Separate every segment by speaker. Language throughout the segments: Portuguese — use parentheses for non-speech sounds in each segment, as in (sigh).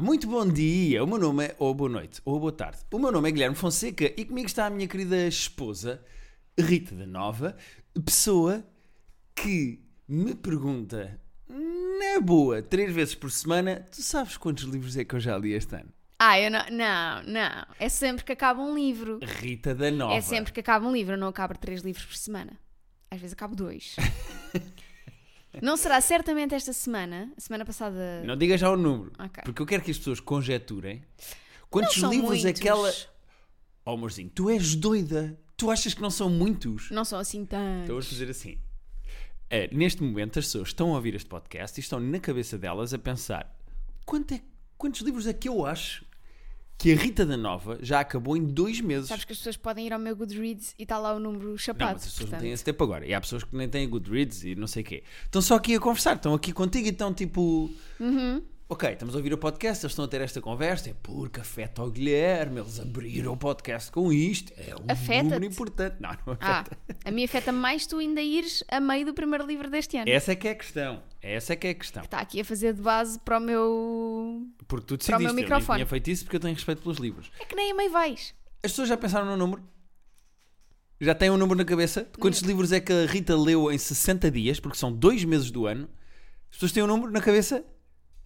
Speaker 1: muito bom dia. O meu nome é. Ou boa noite, ou boa tarde. O meu nome é Guilherme Fonseca e comigo está a minha querida esposa, Rita da Nova, pessoa que me pergunta, na boa, três vezes por semana, tu sabes quantos livros é que eu já li este ano?
Speaker 2: Ah, eu não. Não, não. É sempre que acaba um livro.
Speaker 1: Rita da Nova.
Speaker 2: É sempre que acaba um livro. Eu não acabo três livros por semana. Às vezes
Speaker 1: (laughs)
Speaker 2: acabo dois. não será certamente esta semana. A semana passada.
Speaker 1: Não diga já o número,
Speaker 2: Ok.
Speaker 1: porque eu quero que as pessoas conjeturem quantos
Speaker 2: são
Speaker 1: livros é que ela.
Speaker 2: muitos.
Speaker 1: Oh, amorzinho, tu és doida. Tu achas que não são muitos?
Speaker 2: Não são assim tantos.
Speaker 1: Então vamos fazer assim. Eh, neste momento, as pessoas estão a ouvir este podcast e estão na cabeça delas a pensar: quanto é- quantos livros é que eu acho que a Rita da Nova já acabou em dois meses?
Speaker 2: Sabes que as pessoas podem ir ao meu Goodreads e está lá o número
Speaker 1: não,
Speaker 2: chapado.
Speaker 1: mas as pessoas não
Speaker 2: portanto.
Speaker 1: têm esse tempo agora. E há pessoas que nem têm Goodreads e não sei o quê. Estão só aqui a conversar, estão aqui contigo e estão tipo.
Speaker 2: Uhum.
Speaker 1: Ok, estamos a ouvir o podcast, eles estão a ter esta conversa, é porque afeta o Guilherme, eles abriram o podcast com isto, é um
Speaker 2: Afeta-te?
Speaker 1: número importante. Não, não
Speaker 2: Ah,
Speaker 1: afeta.
Speaker 2: a mim afeta mais tu ainda ires a meio do primeiro livro deste ano.
Speaker 1: Essa é que é a questão, essa é que é a questão.
Speaker 2: Está aqui a fazer de base para o meu.
Speaker 1: Porque tu
Speaker 2: Para o
Speaker 1: decidiste,
Speaker 2: meu
Speaker 1: eu nem
Speaker 2: microfone.
Speaker 1: tinha feito isso porque eu tenho respeito pelos livros.
Speaker 2: É que nem a meio vais.
Speaker 1: As pessoas já pensaram no número? Já têm um número na cabeça? De Quantos livros é que a Rita leu em 60 dias? Porque são dois meses do ano. As pessoas têm um número na cabeça?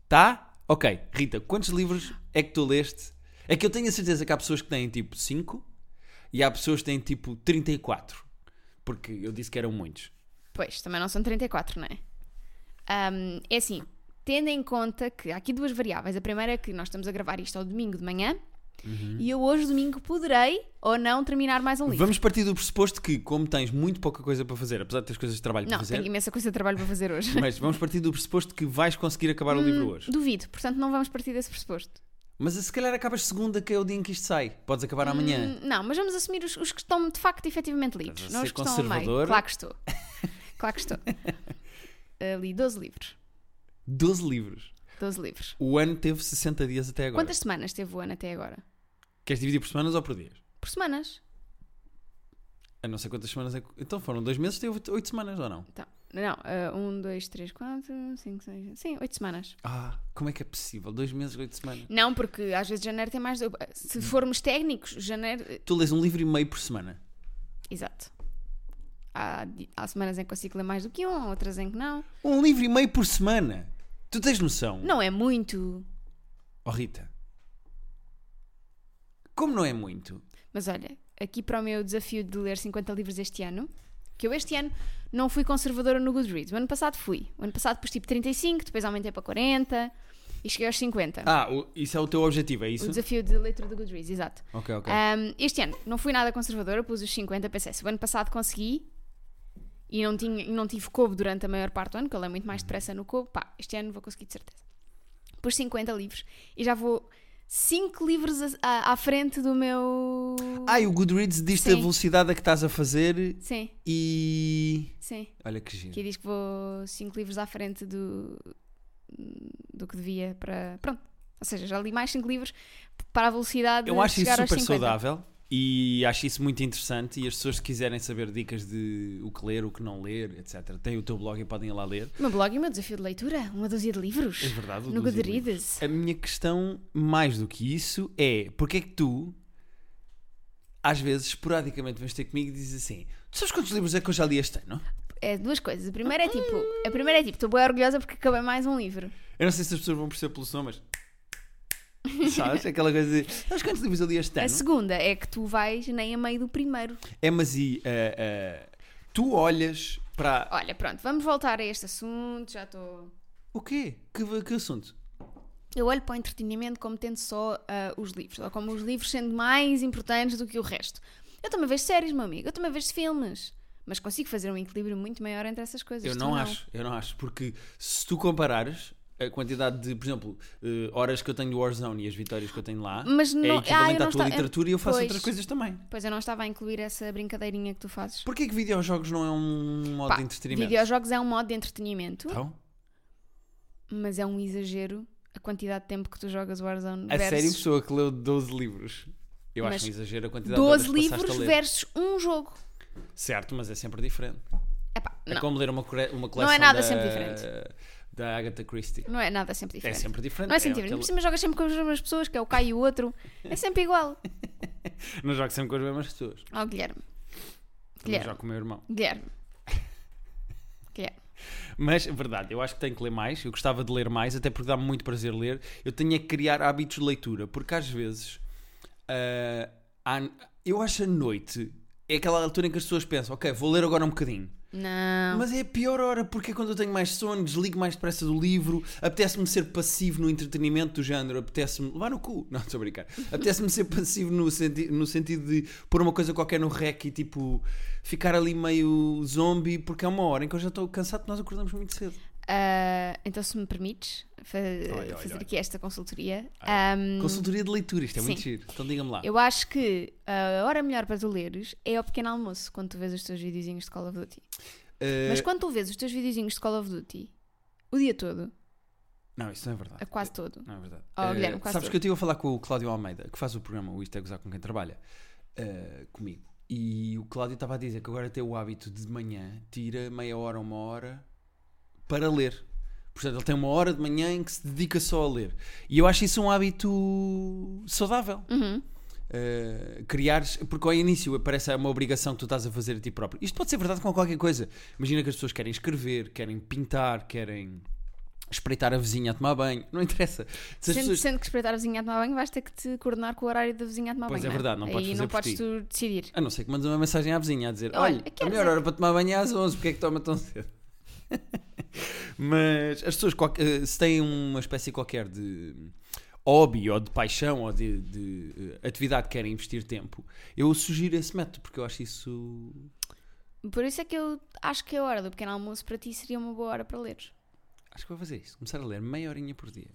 Speaker 1: Tá? Ok. Rita, quantos livros é que tu leste? É que eu tenho a certeza que há pessoas que têm tipo 5 e há pessoas que têm tipo 34. Porque eu disse que eram muitos.
Speaker 2: Pois, também não são 34, não é? Ahm, é assim, tendo em conta que há aqui duas variáveis. A primeira é que nós estamos a gravar isto ao domingo de manhã
Speaker 1: Uhum.
Speaker 2: e eu hoje, domingo, poderei ou não terminar mais um livro.
Speaker 1: Vamos partir do pressuposto que, como tens muito pouca coisa para fazer, apesar de teres coisas de trabalho
Speaker 2: não,
Speaker 1: para fazer,
Speaker 2: tenho imensa coisa de trabalho para fazer hoje.
Speaker 1: mas vamos partir do pressuposto que vais conseguir acabar o
Speaker 2: Hum.
Speaker 1: livro
Speaker 2: (laughs)
Speaker 1: hoje.
Speaker 2: Duvido, portanto não vamos partir desse pressuposto.
Speaker 1: Mas se calhar acabas segunda, que é o dia em que isto sai. Podes acabar amanhã.
Speaker 2: Hum, Não, mas vamos assumir os, os que estão de facto efetivamente lidos.
Speaker 1: Estás a
Speaker 2: Não
Speaker 1: ser
Speaker 2: os que estão a meio.
Speaker 1: conservador.
Speaker 2: Claro
Speaker 1: (laughs)
Speaker 2: que estou. claro que estou. Ah, li 12 livros.
Speaker 1: 12 livros.
Speaker 2: 12 livros.
Speaker 1: O ano teve 60 dias até agora.
Speaker 2: Quantas semanas teve o ano até agora?
Speaker 1: Queres dividir por semanas ou por dias?
Speaker 2: Por semanas.
Speaker 1: A não sei quantas semanas é que- Então foram dois meses, teve 8 semanas ou não?
Speaker 2: Então, não, ah, um, dois, três, quatro, cinco, seis. Sim, oito semanas.
Speaker 1: Ah, como é que é possível? Dois meses, 8 semanas.
Speaker 2: Não, porque às vezes janeiro tem mais. Se formos técnicos, janeiro. eh,
Speaker 1: Tu lês um livro e meio por semana.
Speaker 2: Exato. Há, di- há semanas em que consigo ler mais do que um, outras em que não.
Speaker 1: Um livro e meio por semana! Tu tens noção?
Speaker 2: Não é muito.
Speaker 1: Oh, Rita. Como não é muito?
Speaker 2: Mas olha, aqui para o meu desafio de ler 50 livros este ano, que eu este ano não fui conservadora no Goodreads. O ano passado fui. O ano passado pus tipo 35, depois aumentei para 40 e cheguei aos 50.
Speaker 1: Ah, o- isso é o teu objetivo, é isso?
Speaker 2: o desafio de leitura do Goodreads, exato.
Speaker 1: Ok, ok.
Speaker 2: Um, este ano não fui nada conservadora, pus os 50, pensei, se o ano passado consegui e não, tinha, e não tive couve durante a maior parte do ano, que eu leio muito mais depressa no couve, pá, este ano vou conseguir de certeza. Pus 50 livros e já vou 5 livros a- a- à frente do meu.
Speaker 1: Ah, e o Goodreads diz-te a
Speaker 2: Sim.
Speaker 1: velocidade a que estás a fazer
Speaker 2: Sim,
Speaker 1: e.
Speaker 2: sim.
Speaker 1: Olha que giro.
Speaker 2: Aqui diz que vou 5 livros à frente do, do que devia para. Pronto. Ou seja, já li mais 5 livros para a velocidade
Speaker 1: Eu acho
Speaker 2: de
Speaker 1: isso
Speaker 2: chegar
Speaker 1: super
Speaker 2: aos 50.
Speaker 1: saudável e acho isso muito interessante. E as pessoas que quiserem saber dicas de o que ler, o que não ler, etc., têm o teu blog e podem ir lá ler.
Speaker 2: O meu blog e o meu desafio de leitura, uma dúzia de livros.
Speaker 1: É verdade, o
Speaker 2: No
Speaker 1: dos
Speaker 2: Goodreads.
Speaker 1: A minha questão, mais do que isso, é porque é que tu, às vezes, esporadicamente, vens ter comigo e dizes assim: Tu sabes quantos livros é que eu já li este ano?
Speaker 2: É duas coisas. A primeira é tipo,
Speaker 1: Hum.
Speaker 2: a primeira é tipo, estou bem orgulhosa porque acabei mais um livro.
Speaker 1: Eu não sei se as pessoas vão perceber pelo som,
Speaker 2: (laughs)
Speaker 1: mas. Sabes? Aquela coisa de. Sabes quantos livros eu li este
Speaker 2: A
Speaker 1: ano?
Speaker 2: segunda é que tu vais nem a meio do primeiro.
Speaker 1: É, mas e. ah, ah, tu olhas para.
Speaker 2: Olha, pronto, vamos voltar a este assunto, já estou.
Speaker 1: O quê? Que, que assunto?
Speaker 2: Eu olho para o entretenimento como tendo só ah, os livros, ou como os livros sendo mais importantes do que o resto. Eu também vejo séries, meu amigo, eu também vejo filmes, mas consigo fazer um equilíbrio muito maior entre essas coisas.
Speaker 1: Eu
Speaker 2: tu
Speaker 1: não, acho, eu não acho, porque se tu comparares a quantidade de, por exemplo, eh, horas que eu tenho do Warzone e as vitórias que eu tenho lá,
Speaker 2: Mas não-
Speaker 1: é
Speaker 2: ah,
Speaker 1: equivalente
Speaker 2: eu não
Speaker 1: à tua
Speaker 2: esta-
Speaker 1: literatura e eu faço
Speaker 2: pois.
Speaker 1: outras coisas também.
Speaker 2: Pois eu não estava a incluir essa brincadeirinha que tu fazes.
Speaker 1: Porquê que videojogos não é um modo
Speaker 2: Pá,
Speaker 1: de entretenimento?
Speaker 2: Videojogos é um modo de entretenimento.
Speaker 1: Então,
Speaker 2: mas é um exagero a quantidade de tempo que tu jogas Warzone
Speaker 1: a sério,
Speaker 2: versus
Speaker 1: pessoa que leu 12 livros. Eu
Speaker 2: Mas
Speaker 1: acho um exagero a quantidade
Speaker 2: 12
Speaker 1: de horas que passaste
Speaker 2: livros
Speaker 1: a ler.
Speaker 2: versus um jogo.
Speaker 1: Certo, mas é sempre diferente.
Speaker 2: Epá,
Speaker 1: É
Speaker 2: não. é
Speaker 1: como ler uma, cole- uma coleção
Speaker 2: nada
Speaker 1: da-
Speaker 2: sempre diferente.
Speaker 1: da Agatha Christie.
Speaker 2: Não é nada, é sempre
Speaker 1: É
Speaker 2: diferente.
Speaker 1: sempre diferente.
Speaker 2: Não é
Speaker 1: é
Speaker 2: sempre diferente.
Speaker 1: aquele-
Speaker 2: Por cima jogas sempre com as mesmas pessoas, que é o Kai e o outro. É sempre igual.
Speaker 1: Não jogo sempre com as mesmas pessoas.
Speaker 2: Ó, Guilherme.
Speaker 1: Também
Speaker 2: Guilherme.
Speaker 1: jogo com o meu irmão.
Speaker 2: Guilherme. Guilherme.
Speaker 1: Mas, verdade, eu acho que tenho que ler mais. Eu gostava de ler mais, até porque dá-me muito prazer ler. Eu tenho é que criar hábitos de leitura, porque às vezes. ah, há- eu acho a noite é aquela altura em que as pessoas pensam: ok, vou ler agora um bocadinho.
Speaker 2: Não.
Speaker 1: Mas é a pior hora, porque é quando eu tenho mais sono, desligo mais depressa do livro, apetece-me ser passivo no entretenimento do género, apetece-me levar no cu. (laughs) Não, estou a brincar. Apetece-me ser passivo no, senti no sentido de pôr uma coisa qualquer no rec e tipo ficar ali meio zombie, porque é uma hora em que eu já estou cansado, nós acordamos muito cedo.
Speaker 2: Ah, então, se me permites fa-
Speaker 1: oi,
Speaker 2: fazer
Speaker 1: oi.
Speaker 2: aqui esta consultoria. Ahm,
Speaker 1: Consultoria de leitura, isto é muito
Speaker 2: Hum. Sim.
Speaker 1: giro. Então diga-me lá.
Speaker 2: Eu acho que a hora melhor para tu leres é ao pequeno almoço, quando tu vês os teus videozinhos de Call of Duty.
Speaker 1: Eh,
Speaker 2: Mas quando tu vês os teus videozinhos de Call of Duty, o dia todo,
Speaker 1: Não, isso não é verdade.
Speaker 2: a quase todo.
Speaker 1: Não é verdade.
Speaker 2: Oh,
Speaker 1: Eh,
Speaker 2: Guilherme, quase
Speaker 1: sabes
Speaker 2: tudo.
Speaker 1: que eu estive a falar com o Cláudio Almeida, que faz o programa O Isto é Gozar com quem trabalha, eh, comigo. E o Cláudio estava a dizer que agora tem o hábito de de manhã, tira meia hora, uma hora, para ler. Portanto, ele tem uma hora de manhã em que se dedica só a ler. E eu acho isso um hábito saudável.
Speaker 2: Uhum.
Speaker 1: Uh, criares, porque ao início parece uma obrigação que tu estás a fazer a ti próprio. Isto pode ser verdade com qualquer coisa. Imagina que as pessoas querem escrever, querem pintar, querem espreitar a vizinha a tomar banho, não interessa. Se as
Speaker 2: Sendo,
Speaker 1: pessoas-
Speaker 2: sendo que espreitar a vizinha a tomar banho, vais ter que te coordenar com o horário da vizinha a tomar
Speaker 1: Pois
Speaker 2: banho.
Speaker 1: é verdade, não
Speaker 2: Aí
Speaker 1: podes fazer
Speaker 2: não
Speaker 1: por
Speaker 2: podes
Speaker 1: ti.
Speaker 2: tu decidir.
Speaker 1: A não ser que mandes uma mensagem à vizinha a dizer:
Speaker 2: Olha,
Speaker 1: Olha,
Speaker 2: quer
Speaker 1: a melhor
Speaker 2: dizer-
Speaker 1: hora para tomar banho é às 11, porque é que toma tão cedo? (laughs) Mas as pessoas, qualque- eh, se têm uma espécie qualquer de hobby ou de paixão ou de, de, eh, atividade que querem investir tempo, eu sugiro esse método, porque eu acho isso.
Speaker 2: Por isso é que eu acho que a hora do pequeno almoço para ti seria uma boa hora para leres.
Speaker 1: Acho que vou fazer isso. Começar a ler meia horinha por dia.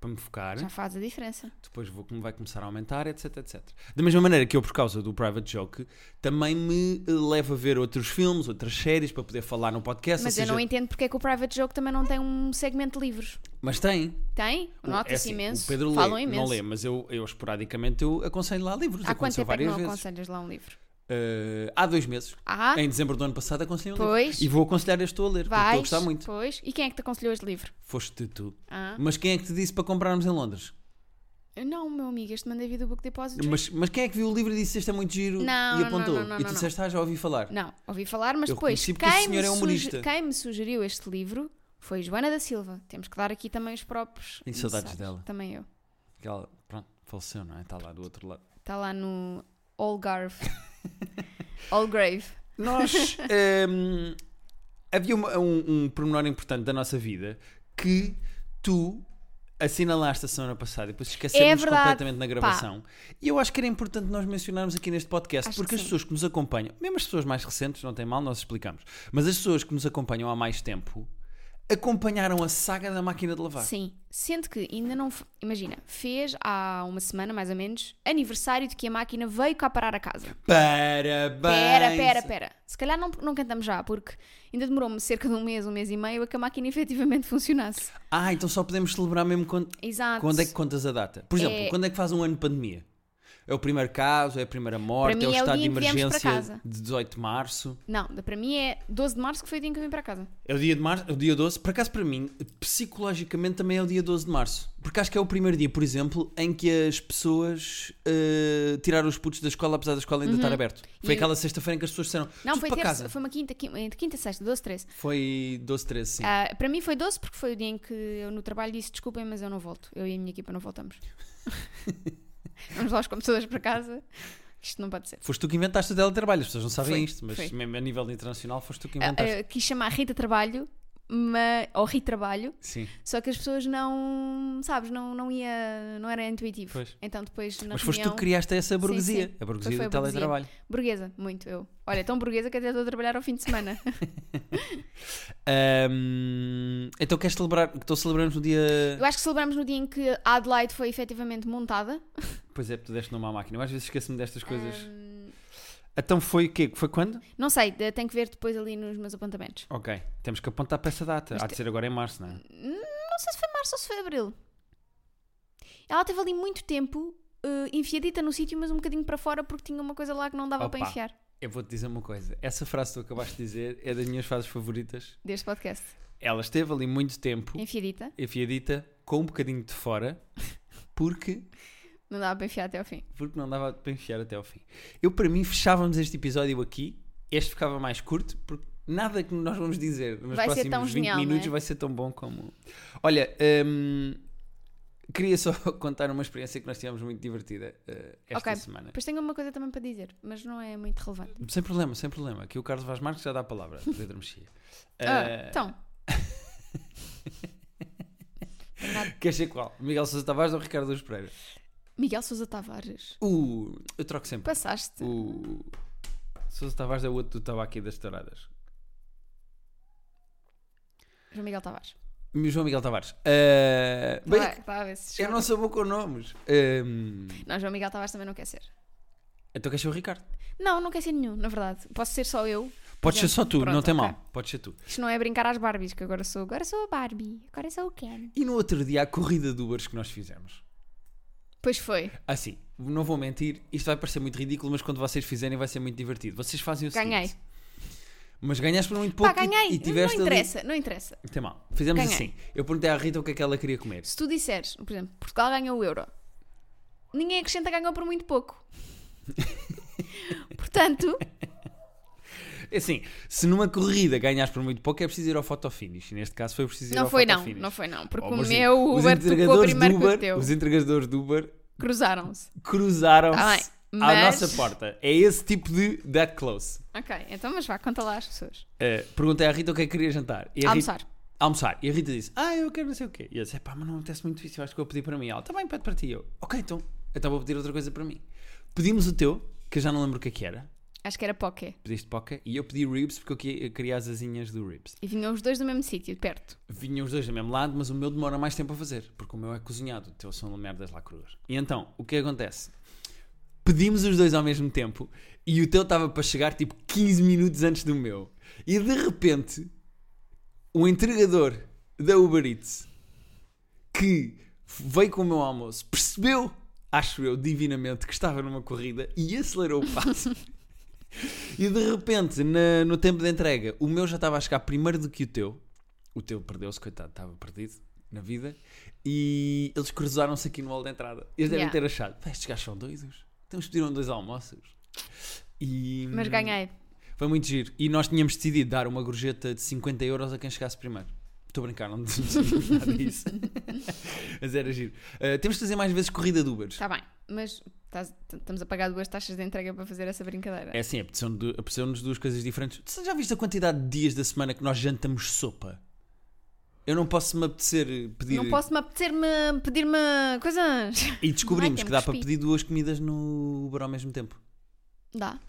Speaker 1: Para me focar.
Speaker 2: Já faz a diferença.
Speaker 1: Depois vou, vai começar a aumentar, etc, etc. Da mesma maneira que eu, por causa do Private Joke, também me eh, leva a ver outros filmes, outras séries, para poder falar no podcast.
Speaker 2: Mas
Speaker 1: ou
Speaker 2: eu não
Speaker 1: seja-
Speaker 2: entendo porque é que o Private Joke também não tem um segmento de livros.
Speaker 1: Mas tem.
Speaker 2: Tem?
Speaker 1: O-
Speaker 2: Nota-se
Speaker 1: é assim,
Speaker 2: imenso.
Speaker 1: O Pedro
Speaker 2: falam
Speaker 1: lê,
Speaker 2: imenso.
Speaker 1: não lê, mas eu, eu esporadicamente eu aconselho lá livros.
Speaker 2: Há quanto
Speaker 1: Aconteceu
Speaker 2: tempo é que
Speaker 1: várias
Speaker 2: não
Speaker 1: vezes.
Speaker 2: aconselhas lá um livro?
Speaker 1: Eh, há dois meses.
Speaker 2: Ah,
Speaker 1: Em dezembro do ano passado aconselhei um
Speaker 2: Pois.
Speaker 1: livro. E vou aconselhar este a ler, porque
Speaker 2: vais.
Speaker 1: estou a gostar muito.
Speaker 2: Pois. E quem é que te aconselhou este livro?
Speaker 1: Foste tu.
Speaker 2: Ah.
Speaker 1: Mas quem é que te disse para comprarmos em Londres?
Speaker 2: Não, meu amigo, este mandei vir do Book Depository.
Speaker 1: Mas, mas quem é que viu o livro e disse isto é muito giro
Speaker 2: Não,
Speaker 1: e
Speaker 2: não,
Speaker 1: apontou?
Speaker 2: não, não, não,
Speaker 1: e
Speaker 2: não,
Speaker 1: tu
Speaker 2: não.
Speaker 1: disseste, ah, já ouvi falar.
Speaker 2: Não, ouvi falar, mas
Speaker 1: Eu
Speaker 2: depois.
Speaker 1: reconheci porque este
Speaker 2: Quem me,
Speaker 1: senhor é humorista.
Speaker 2: suge- quem me sugeriu este livro foi Joana da Silva. Temos que dar aqui também os próprios.
Speaker 1: Tenho saudades
Speaker 2: necessários.
Speaker 1: dela.
Speaker 2: Também eu.
Speaker 1: Que ela, pronto, faleceu, não é? Está lá do outro lado.
Speaker 2: Está Tá lá no Algarve.
Speaker 1: (laughs)
Speaker 2: Algrave.
Speaker 1: Nós. (laughs) hum, havia uma- um, um pormenor importante da nossa vida que tu assinalaste a semana passada e depois esquecemos
Speaker 2: É verdade,
Speaker 1: completamente na gravação. E eu acho que era importante nós mencionarmos aqui neste podcast,
Speaker 2: Acho que
Speaker 1: porque as
Speaker 2: sim.
Speaker 1: pessoas que nos acompanham, mesmo as pessoas mais recentes, não tem mal, nós explicamos, mas as pessoas que nos acompanham há mais tempo acompanharam a saga da máquina de lavar.
Speaker 2: Sim, sendo que ainda não. f- Imagina, fez há uma semana mais ou menos aniversário de que a máquina veio cá parar a casa.
Speaker 1: Parabéns!
Speaker 2: Pera, pera, pera. Se calhar não, não cantamos já, porque ainda demorou-me cerca de um mês, um mês e meio a que a máquina (laughs) efetivamente funcionasse.
Speaker 1: Ah, então só podemos celebrar mesmo quando,
Speaker 2: Exato.
Speaker 1: Quando é que contas a data? Por exemplo,
Speaker 2: É-
Speaker 1: quando é que faz um ano de pandemia? É o primeiro caso, é a primeira
Speaker 2: Para
Speaker 1: morte,
Speaker 2: mim
Speaker 1: é o
Speaker 2: é o
Speaker 1: estado de
Speaker 2: dia em que viemos para
Speaker 1: emergência
Speaker 2: casa.
Speaker 1: de 18 de março.
Speaker 2: Não, da- para mim é 12 de março que foi o dia em que eu vim para casa.
Speaker 1: É o dia de março, é o dia 12. Por acaso, para mim, psicologicamente também é o dia 12 de março. Porque acho que é o primeiro dia, por exemplo, em que as pessoas eh, tiraram os putos da escola, apesar da escola ainda estar aberto. Foi
Speaker 2: Uhum. E-
Speaker 1: aquela sexta-feira em que as pessoas disseram
Speaker 2: Não,
Speaker 1: "Tudo
Speaker 2: foi
Speaker 1: para
Speaker 2: terça,
Speaker 1: casa.
Speaker 2: foi uma quinta, quinta, entre quinta e sexta, 12, 13.
Speaker 1: Foi 12, 13, sim.
Speaker 2: Ah, para mim foi 12 porque foi o dia em que eu no trabalho disse desculpem, mas eu não volto. Eu e a minha equipa
Speaker 1: (laughs)
Speaker 2: não voltamos. Vamos lá os computadores para casa. Isto não pode ser.
Speaker 1: Foste tu que inventaste o teletrabalho, as pessoas não sabem
Speaker 2: Foi,
Speaker 1: isto, mas
Speaker 2: foi.
Speaker 1: mesmo a nível internacional foste tu que
Speaker 2: Ah,
Speaker 1: inventaste.
Speaker 2: ah, quis chamar Rita Trabalho, ma- ou Rita Trabalho,
Speaker 1: Sim.
Speaker 2: só que as pessoas não, sabes, não, não ia, não era intuitivo.
Speaker 1: Pois.
Speaker 2: Então depois na
Speaker 1: Mas foste tu
Speaker 2: reunião,
Speaker 1: que criaste essa burguesia,
Speaker 2: sim.
Speaker 1: a burguesia
Speaker 2: Foi
Speaker 1: do
Speaker 2: a burguesia.
Speaker 1: teletrabalho.
Speaker 2: burguesa, muito eu. Olha, tão burguesa que até estou a trabalhar ao fim de
Speaker 1: (laughs)
Speaker 2: semana.
Speaker 1: Ahm, então queres celebrar? Então celebramos o dia.
Speaker 2: eu acho que celebramos no dia em que a Adelaide foi efetivamente montada.
Speaker 1: Pois é, tu deste nome à máquina. Eu às vezes esqueço-me destas
Speaker 2: Ah.
Speaker 1: coisas.
Speaker 2: Ahm,
Speaker 1: Então foi o quê? Foi quando?
Speaker 2: não sei, de- tenho que ver depois ali nos meus apontamentos.
Speaker 1: Ok, temos que apontar para essa data.
Speaker 2: Mas
Speaker 1: Há de ser agora em março, não é?
Speaker 2: Hum, Não sei se foi março ou se foi abril. Ela teve ali muito tempo eh, enfiadita no sítio, mas um bocadinho para fora porque tinha uma coisa lá que não dava para
Speaker 1: Opa.
Speaker 2: enfiar.
Speaker 1: Eu vou-te dizer uma coisa. Essa frase que tu acabaste de dizer é das minhas frases favoritas
Speaker 2: Deste podcast.
Speaker 1: Ela esteve ali muito tempo,
Speaker 2: Enfiadita.
Speaker 1: enfiadita, com um bocadinho de fora, porque,
Speaker 2: Não dava para enfiar até ao fim.
Speaker 1: porque não dava para enfiar até ao fim. Eu, para mim, fechávamos este episódio aqui. Este ficava mais curto, porque nada que nós vamos dizer nos
Speaker 2: Vai ser
Speaker 1: próximos
Speaker 2: tão
Speaker 1: 20
Speaker 2: genial, não é?
Speaker 1: minutos vai ser tão bom como. Olha, hum, queria só (laughs) contar uma experiência que nós tivemos muito divertida eh, esta
Speaker 2: Ok.
Speaker 1: semana.
Speaker 2: Depois tenho uma coisa também para dizer, mas não é muito relevante.
Speaker 1: Sem problema, sem problema. Aqui o Carlos Vaz Marques já dá a palavra, Pedro Mexia.
Speaker 2: (laughs) Ah,
Speaker 1: Eh,
Speaker 2: então,
Speaker 1: Quer ser qual? Miguel Sousa Tavares ou Ricardo Luz Pereira?
Speaker 2: Miguel Sousa Tavares,
Speaker 1: O. Eu troco sempre.
Speaker 2: passaste.
Speaker 1: O. Sousa Tavares é o outro do tabaco e das touradas.
Speaker 2: João Miguel Tavares.
Speaker 1: João Miguel Tavares. Ah, bem,
Speaker 2: Tá, tá a ver se
Speaker 1: eu
Speaker 2: chama.
Speaker 1: não sou bom com nomes. Ahm,
Speaker 2: Não, João Miguel Tavares também não quer ser.
Speaker 1: então quer ser o Ricardo?
Speaker 2: Não, não quer ser nenhum, na verdade. Posso ser só eu.
Speaker 1: Podes ser
Speaker 2: Gente,
Speaker 1: só tu,
Speaker 2: pronto,
Speaker 1: não tem
Speaker 2: ok.
Speaker 1: mal. Podes ser tu.
Speaker 2: Isto não é brincar às Barbies, que agora sou. Agora sou a Barbie. Agora sou o Ken.
Speaker 1: E no outro dia, a corrida de Ubers que nós fizemos.
Speaker 2: Pois foi.
Speaker 1: Assim, não vou mentir, isto vai parecer muito ridículo, mas quando vocês fizerem vai ser muito divertido. Vocês fazem o
Speaker 2: Ganhei.
Speaker 1: seguinte. Mas ganhaste por muito pouco
Speaker 2: Pá, ganhei.
Speaker 1: e, e
Speaker 2: não
Speaker 1: tiveste ali...
Speaker 2: interessa, não interessa.
Speaker 1: Não tem mal. Fizemos
Speaker 2: Ganhei.
Speaker 1: assim. Eu perguntei à Rita o que é que ela queria comer.
Speaker 2: Se tu disseres, por exemplo, Portugal ganhou o euro, ninguém acrescenta ganhou por muito pouco.
Speaker 1: (laughs)
Speaker 2: Portanto,
Speaker 1: É Assim, se numa corrida ganhas por muito pouco, é preciso ir ao fotofinish. E Neste caso foi preciso ir
Speaker 2: não
Speaker 1: ao
Speaker 2: foi não,
Speaker 1: fotofinish.
Speaker 2: não foi não, porque
Speaker 1: Oh,
Speaker 2: o
Speaker 1: mas sim,
Speaker 2: meu
Speaker 1: os
Speaker 2: Uber tocou
Speaker 1: entregadores
Speaker 2: primeiro
Speaker 1: do
Speaker 2: que o
Speaker 1: Uber,
Speaker 2: teu.
Speaker 1: Os entregadores do Uber
Speaker 2: Cruzaram-se. Tá
Speaker 1: cruzaram-se
Speaker 2: bem,
Speaker 1: à
Speaker 2: mas-
Speaker 1: nossa porta. É esse tipo de that close.
Speaker 2: Ok, então mas vá, conta lá às pessoas.
Speaker 1: Uh, perguntei à Rita o que é que queria jantar. E a Rita-
Speaker 2: Almoçar.
Speaker 1: almoçar. E a Rita disse: Ah, eu quero não sei o quê. E eu disse: Pá, mas não me apetece muito isso. Eu acho que vou pedir para mim. Ela: Tá bem, pede para ti. Eu: Ok, então. Então vou pedir outra coisa para mim. Pedimos o teu, que eu já não lembro o que é que era.
Speaker 2: Acho que era poké.
Speaker 1: Pediste poca. E eu pedi ribs porque eu que- eu queria as asinhas do ribs.
Speaker 2: E vinham os dois do mesmo sítio, perto.
Speaker 1: vinham os dois do mesmo lado, mas o meu demora mais tempo a fazer, porque o meu é cozinhado, o teu são merdas lá cruas. E então, o que acontece? Pedimos os dois ao mesmo tempo e o teu estava para chegar tipo 15 minutos antes do meu. E de repente, o um entregador da Uber Eats que veio com o meu almoço percebeu, acho eu, divinamente, que estava numa corrida e acelerou o
Speaker 2: (laughs)
Speaker 1: passo. e de repente, na- no tempo de entrega, o meu já estava a chegar primeiro do que o teu. O teu perdeu-se, coitado, estava perdido na vida. E eles cruzaram-se aqui no hall de entrada. Eles devem
Speaker 2: Yeah.
Speaker 1: ter achado, "Pá, estes gajos são doidos. Então eles pediram dois almoços. E,
Speaker 2: Mas ganhei.
Speaker 1: Foi muito giro. E nós tínhamos decidido dar uma gorjeta de 50 euros a quem chegasse primeiro. Estou a brincar, não (laughs) decidimos nada disso. (laughs) Mas era giro. Ah, temos de fazer mais vezes corrida de Ubers.
Speaker 2: Está Tá bem, mas estás- t- estamos a pagar duas taxas de entrega para fazer essa brincadeira.
Speaker 1: É assim, apeteceu-nos du- apeteceu-nos duas coisas diferentes. Tu já viste a quantidade de dias da semana que nós jantamos sopa? Eu não posso me apetecer eh, pedir.
Speaker 2: Não posso-me apetecer-me pedir-me coisas.
Speaker 1: E descobrimos
Speaker 2: Não há tempo
Speaker 1: que dá
Speaker 2: de
Speaker 1: para
Speaker 2: espir.
Speaker 1: pedir duas comidas no Uber ao mesmo tempo.
Speaker 2: Dá.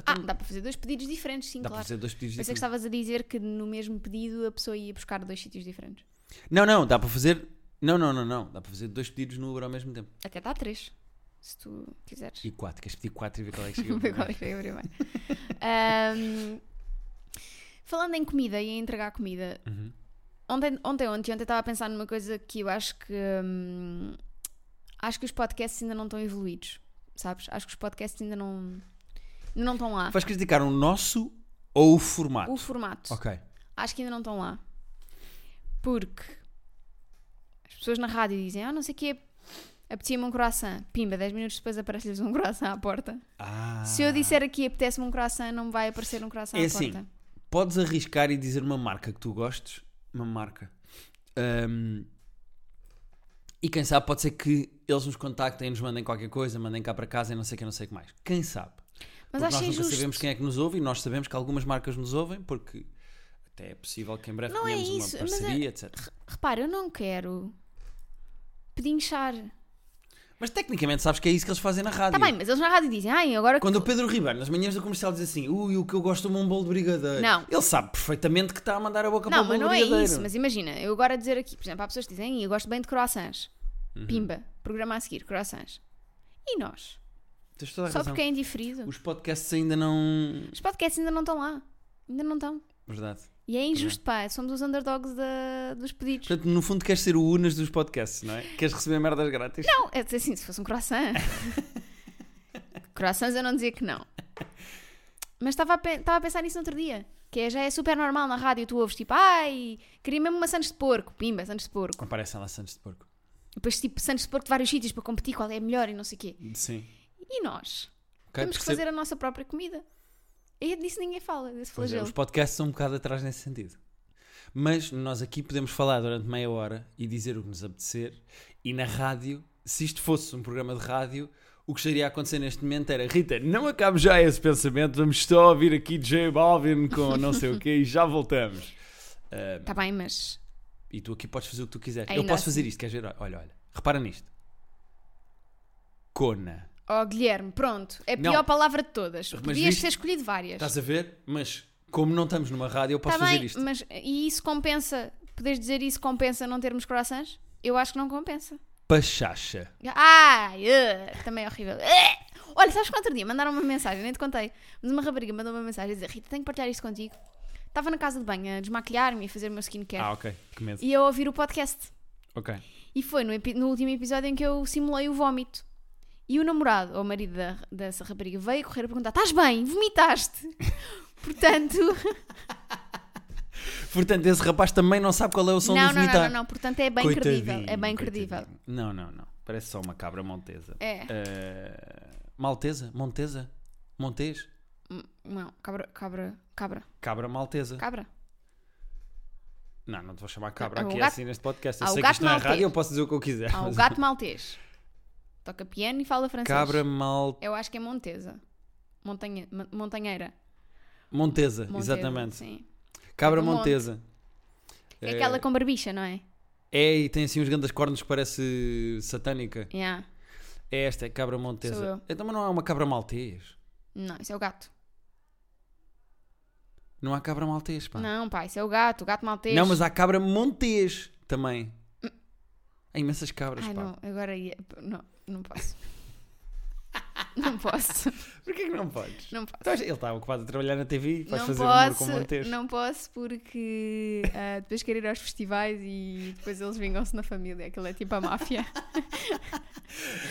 Speaker 1: Então,
Speaker 2: Ah, dá para fazer dois pedidos diferentes, sim,
Speaker 1: dá para
Speaker 2: claro.
Speaker 1: fazer dois pedidos
Speaker 2: Pensei que
Speaker 1: diferentes.
Speaker 2: estavas a dizer que no mesmo pedido a pessoa ia buscar dois sítios diferentes.
Speaker 1: Não, não, dá para fazer. Não, não, não, não. Dá para fazer dois pedidos no Uber ao mesmo tempo.
Speaker 2: Até dá três, se tu quiseres.
Speaker 1: E quatro. Queres pedir quatro e ver qual é que
Speaker 2: (laughs)
Speaker 1: chega?
Speaker 2: Vou ver
Speaker 1: primeiro?
Speaker 2: qual é que vai
Speaker 1: (laughs)
Speaker 2: abrir mais. Ahm, falando em comida e em entregar comida,
Speaker 1: Uhum.
Speaker 2: ontem, ontem, ontem, ontem estava a pensar numa coisa que eu acho que hum, acho que os podcasts ainda não estão evoluídos, sabes? Acho que os podcasts ainda não, ainda não estão lá.
Speaker 1: Vais criticar o nosso ou o formato?
Speaker 2: O formato.
Speaker 1: Ok.
Speaker 2: acho que ainda não estão lá. Porque as pessoas na rádio dizem, ah, não sei o quê, apetecia-me um croissant. Pimba, 10 minutos depois aparece-lhes um (laughs) croissant à porta.
Speaker 1: Ah.
Speaker 2: Se eu disser aqui apetece-me um croissant, não me vai aparecer um croissant
Speaker 1: É
Speaker 2: à
Speaker 1: assim.
Speaker 2: porta.
Speaker 1: Podes arriscar e dizer uma marca que tu gostes. Uma marca. Ahm, e quem sabe, pode ser que eles nos contactem, nos mandem qualquer coisa, mandem cá para casa e não sei o que, não sei o que mais. Quem sabe?
Speaker 2: Mas
Speaker 1: porque
Speaker 2: acho
Speaker 1: nós nunca
Speaker 2: injusto.
Speaker 1: sabemos quem é que nos ouve e nós sabemos que algumas marcas nos ouvem, porque até é possível que em breve
Speaker 2: Não é
Speaker 1: tenhamos
Speaker 2: isso,
Speaker 1: uma
Speaker 2: mas é-
Speaker 1: parceria, etc.
Speaker 2: Repara, eu não quero pedinchar.
Speaker 1: Mas tecnicamente sabes que é isso que eles fazem na rádio.
Speaker 2: Está Tá bem, mas eles na rádio dizem, ai, agora... que
Speaker 1: Quando o
Speaker 2: tu-"
Speaker 1: Pedro Ribeiro, nas manhãs do comercial, diz assim: Ui, o que eu gosto é um bolo de brigadeiro.
Speaker 2: Não.
Speaker 1: Ele sabe perfeitamente que está a mandar a boca
Speaker 2: Não,
Speaker 1: para o
Speaker 2: mas
Speaker 1: bolo
Speaker 2: não é
Speaker 1: de brigadeiro.
Speaker 2: isso. Mas imagina, eu agora dizer aqui, por exemplo, há pessoas que dizem, "Ai, eu gosto bem de croissants.
Speaker 1: Uhum.
Speaker 2: Pimba, programa a seguir, croissants. E nós?
Speaker 1: Tens toda a
Speaker 2: Só
Speaker 1: razão.
Speaker 2: porque é indiferido.
Speaker 1: Os podcasts ainda não.
Speaker 2: Os podcasts ainda não estão lá. Ainda não estão.
Speaker 1: Verdade.
Speaker 2: E é injusto, pá. Somos os underdogs da- dos pedidos.
Speaker 1: Portanto, no fundo, queres ser o Unas dos podcasts, não é? Queres receber merdas grátis?
Speaker 2: Não, é
Speaker 1: (laughs)
Speaker 2: dizer assim, se fosse um croissant. Croissants eu não dizia que não. Mas estava a, pe- estava a pensar nisso no outro dia. Que é, já é super normal na rádio, tu ouves tipo, ai, queria mesmo uma Santos de porco, pimba, Santos de porco.
Speaker 1: Comparece ela a Santos de Porco.
Speaker 2: E depois tipo Santos de porco de vários sítios para competir qual é a melhor e não sei o quê.
Speaker 1: Sim.
Speaker 2: E nós?
Speaker 1: Ok,
Speaker 2: Temos que
Speaker 1: percebo.
Speaker 2: fazer a nossa própria comida. E disso ninguém fala, desse
Speaker 1: Pois é,
Speaker 2: flagelo.
Speaker 1: os podcasts são um bocado atrás nesse sentido. Mas nós aqui podemos falar durante meia hora e dizer o que nos apetecer. E na rádio, se isto fosse um programa de rádio, o que estaria a acontecer neste momento era Rita, não acabe já esse pensamento, vamos só ouvir aqui J Balvin com não sei o quê e já voltamos. Ah,
Speaker 2: Está Tá bem, mas
Speaker 1: e tu aqui podes fazer o que tu quiseres. Eu
Speaker 2: Ainda
Speaker 1: posso
Speaker 2: assim.
Speaker 1: fazer isto, queres ver? Olha, olha, repara nisto. Cona.
Speaker 2: Oh, Guilherme, pronto. É a
Speaker 1: Não.
Speaker 2: pior palavra de todas.
Speaker 1: Mas
Speaker 2: Podias
Speaker 1: viste?
Speaker 2: ter escolhido várias.
Speaker 1: Estás a ver? Mas como não estamos numa rádio, eu posso
Speaker 2: Está
Speaker 1: fazer
Speaker 2: Tá bem,
Speaker 1: isto.
Speaker 2: mas eh, e isso compensa? Podes dizer isso compensa não termos croissants? Eu acho que não compensa.
Speaker 1: Pachacha.
Speaker 2: Ai, eh, também é horrível. Eh! Olha, sabes que no outro dia mandaram uma mensagem, nem te contei, mas uma rapariga mandou uma mensagem a dizer: Rita, tenho que partilhar isto contigo. Estava na casa de banho a desmaquilhar-me e a fazer o meu skincare
Speaker 1: Ah, ok. Que medo.
Speaker 2: É. e eu a ouvir o podcast.
Speaker 1: Ok.
Speaker 2: E foi no, epi- no último episódio em que eu simulei o vómito. E o namorado, ou o marido da, dessa rapariga, veio correr a perguntar: Estás bem? Vomitaste? (laughs) Portanto.
Speaker 1: Portanto, esse rapaz também não sabe qual é o som
Speaker 2: não,
Speaker 1: do
Speaker 2: não, não,
Speaker 1: vomitar.
Speaker 2: não, não. Portanto, é bem
Speaker 1: Coitadinho,
Speaker 2: credível. É bem
Speaker 1: coitadinho.
Speaker 2: credível.
Speaker 1: Não, não, não. Parece só uma cabra montesa.
Speaker 2: É.
Speaker 1: Eh, maltesa? Montesa? Montês?
Speaker 2: Hum, Não, cabra, cabra, cabra,
Speaker 1: Cabra maltesa.
Speaker 2: cabra.
Speaker 1: (laughs) Não, não te vou chamar cabra
Speaker 2: Ah, o
Speaker 1: aqui
Speaker 2: gato-
Speaker 1: assim neste podcast. Eu
Speaker 2: Ah, o
Speaker 1: sei que isto
Speaker 2: gato
Speaker 1: não é
Speaker 2: maltês.
Speaker 1: rádio, eu posso dizer o que eu quiser.
Speaker 2: Ah, o
Speaker 1: mas-
Speaker 2: gato maltês. Toca piano e fala francês.
Speaker 1: Cabra mal...
Speaker 2: Eu acho que é montesa. Montanha, mon- montanheira.
Speaker 1: Montesa,
Speaker 2: Montesa,
Speaker 1: exatamente.
Speaker 2: Sim.
Speaker 1: Cabra
Speaker 2: Um monte.
Speaker 1: montesa. Eh,
Speaker 2: É aquela com barbicha, não é?
Speaker 1: É, e tem assim uns grandes cornos que parece satânica.
Speaker 2: Yeah.
Speaker 1: É esta, é cabra
Speaker 2: Sou
Speaker 1: montesa.
Speaker 2: eu.
Speaker 1: Então, mas não há uma cabra maltês.
Speaker 2: Não, isso é o gato.
Speaker 1: Não há cabra maltês, pá.
Speaker 2: Não, pá, isso é o gato, o gato maltês.
Speaker 1: Não, mas há cabra montês também. Há imensas cabras,
Speaker 2: Ai,
Speaker 1: pá.
Speaker 2: não, agora ia. Não, não posso. não posso.
Speaker 1: Porquê que não podes?
Speaker 2: Não posso.
Speaker 1: Então, ele está ocupado a trabalhar na TV, vais
Speaker 2: não
Speaker 1: fazer humor
Speaker 2: posso,
Speaker 1: com montês.
Speaker 2: não posso porque ah, depois quero ir aos festivais e depois eles vingam-se na família, aquilo é tipo a máfia.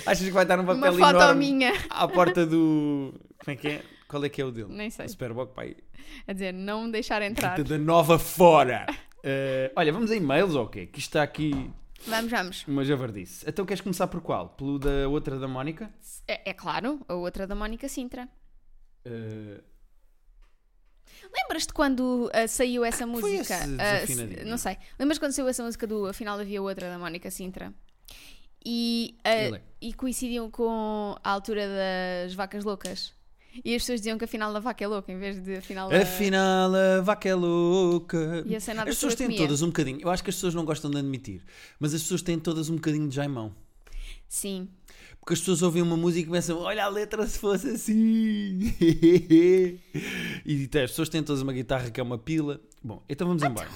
Speaker 1: Achas que vai estar um
Speaker 2: Uma
Speaker 1: papel
Speaker 2: foto
Speaker 1: enorme
Speaker 2: minha
Speaker 1: à porta do... Como é que é? Qual é que é o dele?
Speaker 2: Nem sei.
Speaker 1: O Superboc, pai.
Speaker 2: a dizer não me deixar entrar.
Speaker 1: (laughs) Rita da Nova Fora. Eh, olha, vamos a e-mails ou o quê? Que isto está aqui
Speaker 2: Vamos, vamos.
Speaker 1: uma javardice. Então queres começar por qual? Pelo da outra da Mónica?
Speaker 2: É, é claro, a outra da Mónica Sintra.
Speaker 1: Eh,
Speaker 2: Lembras-te quando ah, saiu essa música?
Speaker 1: esse
Speaker 2: Ah, se-
Speaker 1: desafinadinho.
Speaker 2: não sei. Lembras quando saiu essa música do Afinal Havia Outra da Mónica Sintra? E, ah,
Speaker 1: Ele é.
Speaker 2: e coincidiam com a altura das vacas loucas. E as pessoas diziam que afinal a vaca é louca em vez de afinal a...
Speaker 1: Afinal, a vaca é louca.
Speaker 2: E a cena da
Speaker 1: as pessoas têm
Speaker 2: sarcopenia.
Speaker 1: todas um bocadinho. Eu acho que as pessoas não gostam de admitir, mas as pessoas têm todas um bocadinho de Jaimão.
Speaker 2: Sim.
Speaker 1: Porque as pessoas ouvem uma música e começam, olha a letra se fosse assim. (laughs) e tá, as pessoas têm todas uma guitarra que é uma pila. Bom, então
Speaker 2: Ah,
Speaker 1: vamos
Speaker 2: tá.
Speaker 1: embora.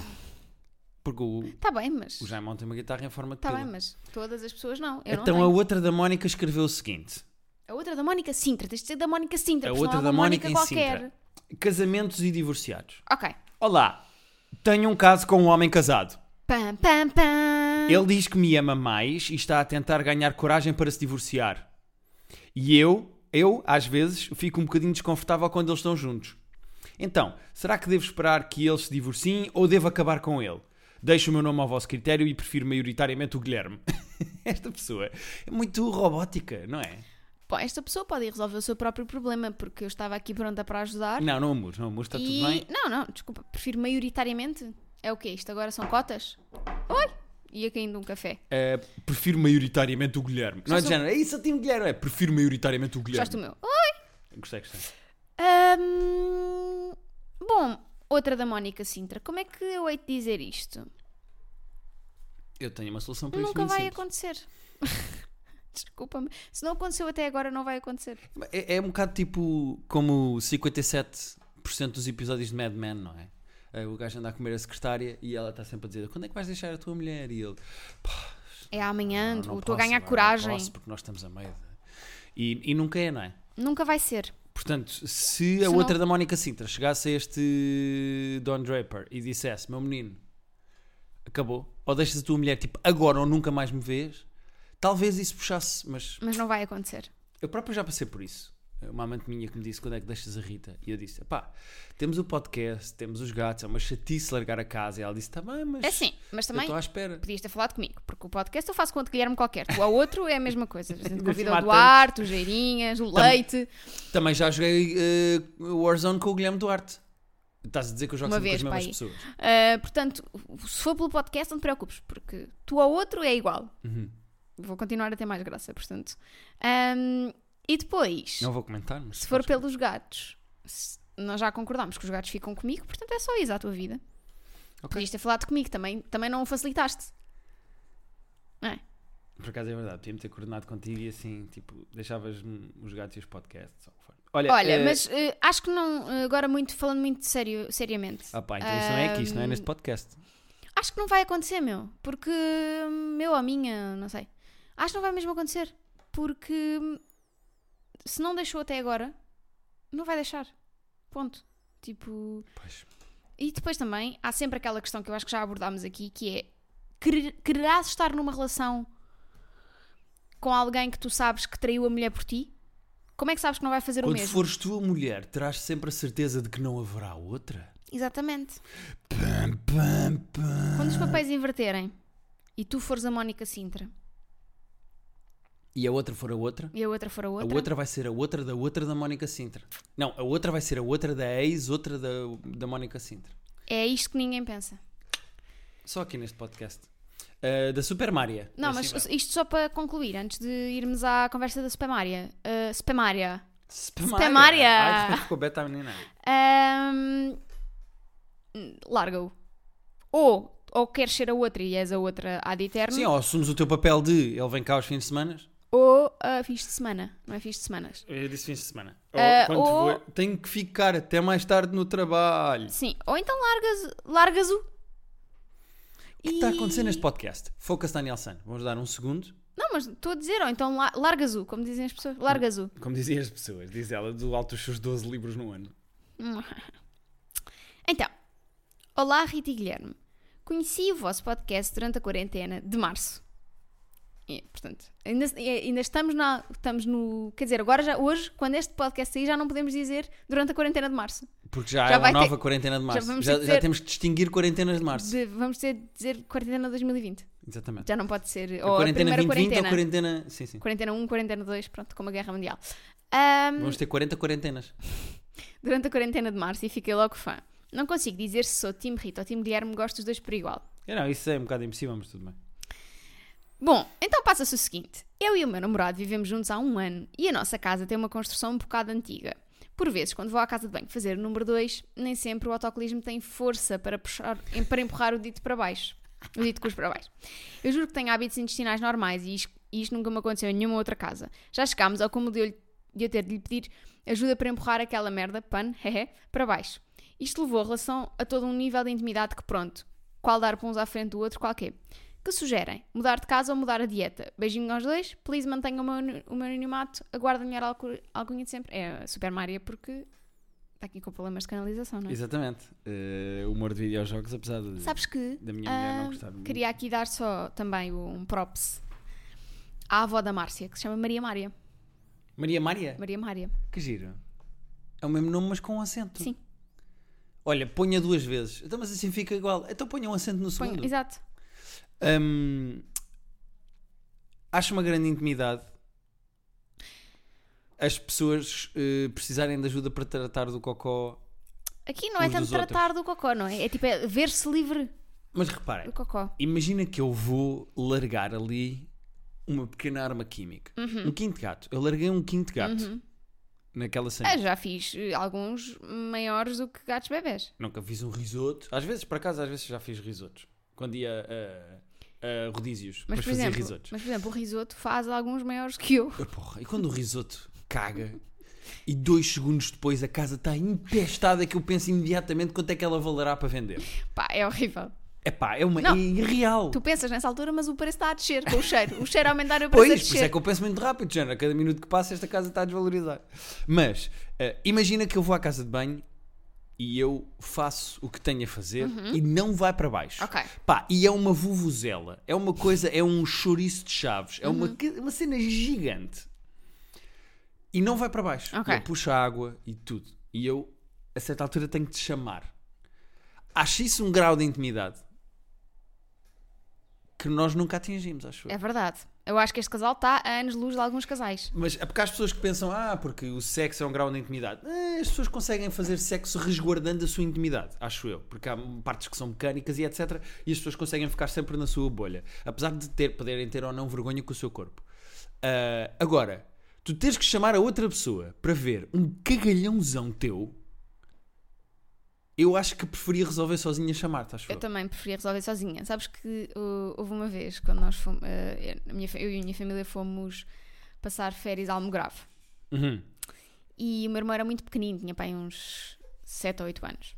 Speaker 1: Porque o,
Speaker 2: Está Tá bem, mas.
Speaker 1: o Jaimão tem uma guitarra em forma de
Speaker 2: Está
Speaker 1: pila.
Speaker 2: Tá bem, mas todas as pessoas não. Eu
Speaker 1: então
Speaker 2: não
Speaker 1: a
Speaker 2: tenho.
Speaker 1: outra da Mónica escreveu o seguinte:
Speaker 2: A... outra da Mónica Sintra. Tens de dizer da Mónica Sintra.
Speaker 1: A
Speaker 2: porque senão
Speaker 1: outra
Speaker 2: há uma
Speaker 1: da Mónica em
Speaker 2: qualquer.
Speaker 1: Sintra. Casamentos e divorciados.
Speaker 2: Ok.
Speaker 1: Olá, tenho um caso com um homem casado.
Speaker 2: Pam, pam, pam.
Speaker 1: Ele diz que me ama mais e está a tentar ganhar coragem para se divorciar. E eu, eu, às vezes, fico um bocadinho desconfortável quando eles estão juntos. Então, será que devo esperar que eles se divorciem ou devo acabar com ele? Deixo o meu nome ao vosso critério e prefiro maioritariamente o Guilherme. (laughs) Esta pessoa é muito robótica, não é?
Speaker 2: Bom, esta pessoa pode ir resolver o seu próprio problema, porque eu estava aqui pronta para ajudar.
Speaker 1: Não, não, amor, não, amor, está
Speaker 2: e...
Speaker 1: Tá tudo bem.
Speaker 2: Não, não, desculpa. Prefiro maioritariamente. É o quê? Isto agora são cotas? Oi! Ia caindo um café.
Speaker 1: É, prefiro maioritariamente o Guilherme. Não é de
Speaker 2: Gostaste do-
Speaker 1: género, é isso, eu tenho Guilherme. É, prefiro maioritariamente o
Speaker 2: Gostaste do
Speaker 1: Guilherme.
Speaker 2: meu?
Speaker 1: Gostei, gostei.
Speaker 2: Hum, Bom, outra da Mónica Sintra. Como é que eu hei de dizer isto?
Speaker 1: Eu tenho uma solução para isto
Speaker 2: Nunca
Speaker 1: muito
Speaker 2: vai
Speaker 1: simples.
Speaker 2: acontecer. (laughs) Desculpa-me. Se não aconteceu até agora, não vai acontecer.
Speaker 1: É, é um bocado tipo como 57% dos episódios de Mad Men, não é? Eh, O gajo anda a comer a secretária e ela está sempre a dizer: Quando é que vais deixar a tua mulher? E ele: Pá,
Speaker 2: É amanhã,
Speaker 1: não,
Speaker 2: tu-
Speaker 1: não
Speaker 2: estou a
Speaker 1: posso,
Speaker 2: ganhar
Speaker 1: não, não
Speaker 2: é coragem.
Speaker 1: posso porque nós estamos a meio. E, e nunca é, não é?
Speaker 2: Nunca vai ser.
Speaker 1: Portanto, se a
Speaker 2: não-
Speaker 1: outra da Mónica Sintra chegasse a este Don Draper e dissesse: Meu menino, acabou, ou deixas a tua mulher tipo agora ou nunca mais me vês, talvez isso puxasse, mas
Speaker 2: Mas não vai acontecer.
Speaker 1: eu próprio já passei por isso. uma amante minha que me disse quando é que deixas a Rita. E eu disse: pá, temos o podcast, temos os gatos, é uma chatice largar a casa. E ela disse: tá bem, mas.
Speaker 2: É assim, mas
Speaker 1: Eu
Speaker 2: também
Speaker 1: estou à espera.
Speaker 2: podias ter falado comigo, porque o podcast eu faço com outro Guilherme qualquer. Tu ao outro é a mesma coisa.
Speaker 1: (laughs)
Speaker 2: A gente convida o
Speaker 1: matando.
Speaker 2: Duarte, o Geirinhas, o Leite.
Speaker 1: Também já joguei eh, Warzone com o Guilherme Duarte. Estás a dizer que eu jogo
Speaker 2: Uma
Speaker 1: sempre
Speaker 2: vez,
Speaker 1: com as mesmas
Speaker 2: pá,
Speaker 1: pessoas.
Speaker 2: Ah, portanto, se for pelo podcast, não te preocupes, porque tu ao outro é igual.
Speaker 1: Uhum.
Speaker 2: Vou continuar a ter mais graça, portanto. Ahm, e depois,
Speaker 1: Não vou comentar, mas.
Speaker 2: se for
Speaker 1: faz-
Speaker 2: pelos gatos, se- nós já concordámos que os gatos ficam comigo, portanto é só isso a tua vida.
Speaker 1: Ok.
Speaker 2: Podias ter falado comigo também, também não o facilitaste.
Speaker 1: Por acaso é verdade, podíamos ter coordenado contigo e assim, tipo, deixavas-me os gatos e os podcasts. ou o que for. Olha,
Speaker 2: Olha,
Speaker 1: eh,
Speaker 2: mas eh, acho que não, eh, agora muito, falando muito sério, seriamente,
Speaker 1: Ah pá, então isso não é aqui, isso não é
Speaker 2: hum,
Speaker 1: neste podcast.
Speaker 2: acho que não vai acontecer, meu, porque, meu ou minha, não sei, acho que não vai mesmo acontecer, porque se não deixou até agora, não vai deixar, ponto, tipo,
Speaker 1: Pois.
Speaker 2: e depois também, há sempre aquela questão que eu acho que já abordámos aqui, que é, querer- quererás estar numa relação com alguém que tu sabes que traiu a mulher por ti? Como é que sabes que não vai fazer o
Speaker 1: Quando
Speaker 2: mesmo?
Speaker 1: fores tua mulher, terás sempre a certeza de que não haverá outra?
Speaker 2: Exatamente.
Speaker 1: Pam, pam, pam.
Speaker 2: Quando os papéis inverterem e tu fores a Mónica Sintra
Speaker 1: E a outra for a outra?
Speaker 2: e a outra for a outra,
Speaker 1: A outra vai ser a outra da outra da Mónica Sintra. Não, a outra vai ser a outra da ex, outra da, da Mónica Sintra.
Speaker 2: é isto que ninguém pensa.
Speaker 1: Só aqui neste podcast. Ah, da Super Maria.
Speaker 2: Não,
Speaker 1: Assim
Speaker 2: mas
Speaker 1: vai.
Speaker 2: isto só para concluir, antes de irmos à conversa da Spamária. Uh, Spamária.
Speaker 1: Super Maria!
Speaker 2: Super Maria!
Speaker 1: Ai, ficou beta a menina.
Speaker 2: Ahm, Larga-o. Ou, ou queres ser a outra e és a outra ad eterno,
Speaker 1: Sim, ou assumes o teu papel de ele vem cá aos fins de semana.
Speaker 2: ou a fins de semana. Não é fins de semanas.
Speaker 1: Eu disse fins de semana.
Speaker 2: Ah,
Speaker 1: ou quando
Speaker 2: ou-
Speaker 1: vou- tenho que ficar até mais tarde no trabalho.
Speaker 2: Sim, ou então largas- largas-o.
Speaker 1: O que está a acontecer neste podcast? Foca-se Daniel San. Vamos dar um segundo.
Speaker 2: Não, mas estou a dizer, ou então la- largas-o, como dizem as pessoas. Largas-o.
Speaker 1: Como diziam as pessoas, diz ela, do alto dos seus 12 livros no ano.
Speaker 2: (laughs) Então, olá Rita e Guilherme. Conheci o vosso podcast durante a quarentena de março. E, portanto, ainda, e- ainda estamos, na, estamos no. Quer dizer, agora já, hoje, quando este podcast sair, já não podemos dizer durante a quarentena de março.
Speaker 1: Porque já,
Speaker 2: Já
Speaker 1: é uma
Speaker 2: vai ter-
Speaker 1: nova quarentena de março.
Speaker 2: vamos
Speaker 1: Já,
Speaker 2: ter que
Speaker 1: já
Speaker 2: dizer-
Speaker 1: temos que distinguir quarentenas de março.
Speaker 2: De- vamos ter de dizer quarentena 2020.
Speaker 1: Exatamente.
Speaker 2: Já não pode ser.
Speaker 1: é A
Speaker 2: Ou a,
Speaker 1: quarentena
Speaker 2: primeira
Speaker 1: 2020 ou
Speaker 2: quarentena.
Speaker 1: quarentena. Sim, sim.
Speaker 2: Quarentena 1, quarentena 2, pronto, como a guerra mundial. Ahm,
Speaker 1: Vamos ter 40 quarentenas.
Speaker 2: durante a quarentena de março e fiquei logo fã. Não consigo dizer se sou time Rita ou time Guilherme, gosto dos dois por igual.
Speaker 1: É, não, isso é um bocado impossível, mas tudo bem.
Speaker 2: Bom, então passa-se o seguinte: eu e o meu namorado vivemos juntos há um ano e a nossa casa tem uma construção um bocado antiga. Por vezes, quando vou à casa de banho fazer o número 2, nem sempre o autocolismo tem força para, puxar, em- para empurrar o dito para baixo. O dito cus para baixo. Eu juro que tenho hábitos intestinais normais e isto, e isto nunca me aconteceu em nenhuma outra casa. Já chegámos ao cúmulo de eu, lhe- de eu ter de lhe pedir ajuda para empurrar aquela merda, pan, (laughs) hehe, para baixo. Isto levou a relação a todo um nível de intimidade que, pronto, qual dar para uns à frente do outro, qual quê? Que sugerem? Mudar de casa ou mudar a dieta? Beijinho aos dois. Please mantenham o meu, anu- o meu anonimato. Aguardo a minha alcu- alcunha de sempre. É a Super Maria porque está aqui com problemas de canalização, não é?
Speaker 1: Exatamente. Eh, humor de videojogos, apesar de,
Speaker 2: Sabes que
Speaker 1: da minha mulher
Speaker 2: ah,
Speaker 1: não gostar muito.
Speaker 2: queria aqui dar só também um props à avó da Márcia, que se chama Maria Mária.
Speaker 1: Maria Maria?
Speaker 2: Maria Mária.
Speaker 1: Que giro. É o mesmo nome, mas com um acento.
Speaker 2: Sim.
Speaker 1: Olha, ponha duas vezes. Então, mas assim fica igual. Então ponha um acento no
Speaker 2: Põe-
Speaker 1: segundo.
Speaker 2: exato.
Speaker 1: Hum, acho uma grande intimidade as pessoas eh, precisarem de ajuda para tratar do cocó.
Speaker 2: Aqui não é
Speaker 1: Uns
Speaker 2: tanto
Speaker 1: dos
Speaker 2: tratar do cocó, não é? É tipo é ver-se livre
Speaker 1: Mas reparem,
Speaker 2: do cocó.
Speaker 1: imagina que eu vou largar ali uma pequena arma química.
Speaker 2: Uhum.
Speaker 1: Um quinto gato. Eu larguei um quinto gato naquela cena.
Speaker 2: Ah, já fiz eh, alguns maiores do que gatos bebés.
Speaker 1: Nunca fiz um risoto. Às vezes, para casa, às vezes já fiz risotos. Quando ia a, a- a rodízios,
Speaker 2: Mas,
Speaker 1: depois
Speaker 2: por
Speaker 1: fazia
Speaker 2: exemplo,
Speaker 1: risotos.
Speaker 2: mas, por exemplo, o risoto faz alguns maiores que eu. (laughs)
Speaker 1: Ah, porra, e quando o risoto caga e dois segundos depois a casa está empestada que eu penso imediatamente quanto é que ela valerá para vender.
Speaker 2: Pá, é horrível.
Speaker 1: É pá, é uma
Speaker 2: Não.
Speaker 1: é irreal.
Speaker 2: Tu pensas nessa altura, mas o preço está a descer com o cheiro. O cheiro a aumentar e o preço a
Speaker 1: Pois, por
Speaker 2: descer.
Speaker 1: isso é que eu penso muito rápido, Jana. A cada minuto que passa, esta casa está a desvalorizar. Mas, eh, imagina que eu vou à casa de banho e eu faço o que tenho a fazer e não vai para baixo.
Speaker 2: Uhum. Ok.
Speaker 1: Pá, e é uma vuvuzela. É uma coisa, é um chouriço de chaves. É uma, ca- uma cena gigante. e não vai para baixo.
Speaker 2: Ok.
Speaker 1: Ele puxa a água e tudo. E eu, a certa altura, tenho que te chamar. Acho isso um grau de intimidade que nós nunca atingimos, acho eu.
Speaker 2: É verdade. Eu acho que este casal está a anos-luz de alguns casais.
Speaker 1: Mas é porque há as pessoas que pensam, ah, porque o sexo é um grau de intimidade. Eh, As pessoas conseguem fazer sexo resguardando a sua intimidade, acho eu. Porque há partes que são mecânicas e etc. E as pessoas conseguem ficar sempre na sua bolha. Apesar de ter, poderem ter ou não vergonha com o seu corpo. Ah, agora, tu tens que chamar a outra pessoa para ver um cagalhãozão teu. Eu acho que preferia resolver sozinha chamar-te, acho eu.
Speaker 2: Eu também preferia resolver sozinha. Sabes que uh, houve uma vez quando nós fomos, uh, eu, a minha fa- eu e a minha família fomos passar férias a Almograve.
Speaker 1: Uhum.
Speaker 2: E o meu irmão era muito pequenino, tinha pai uns 7 ou 8 anos.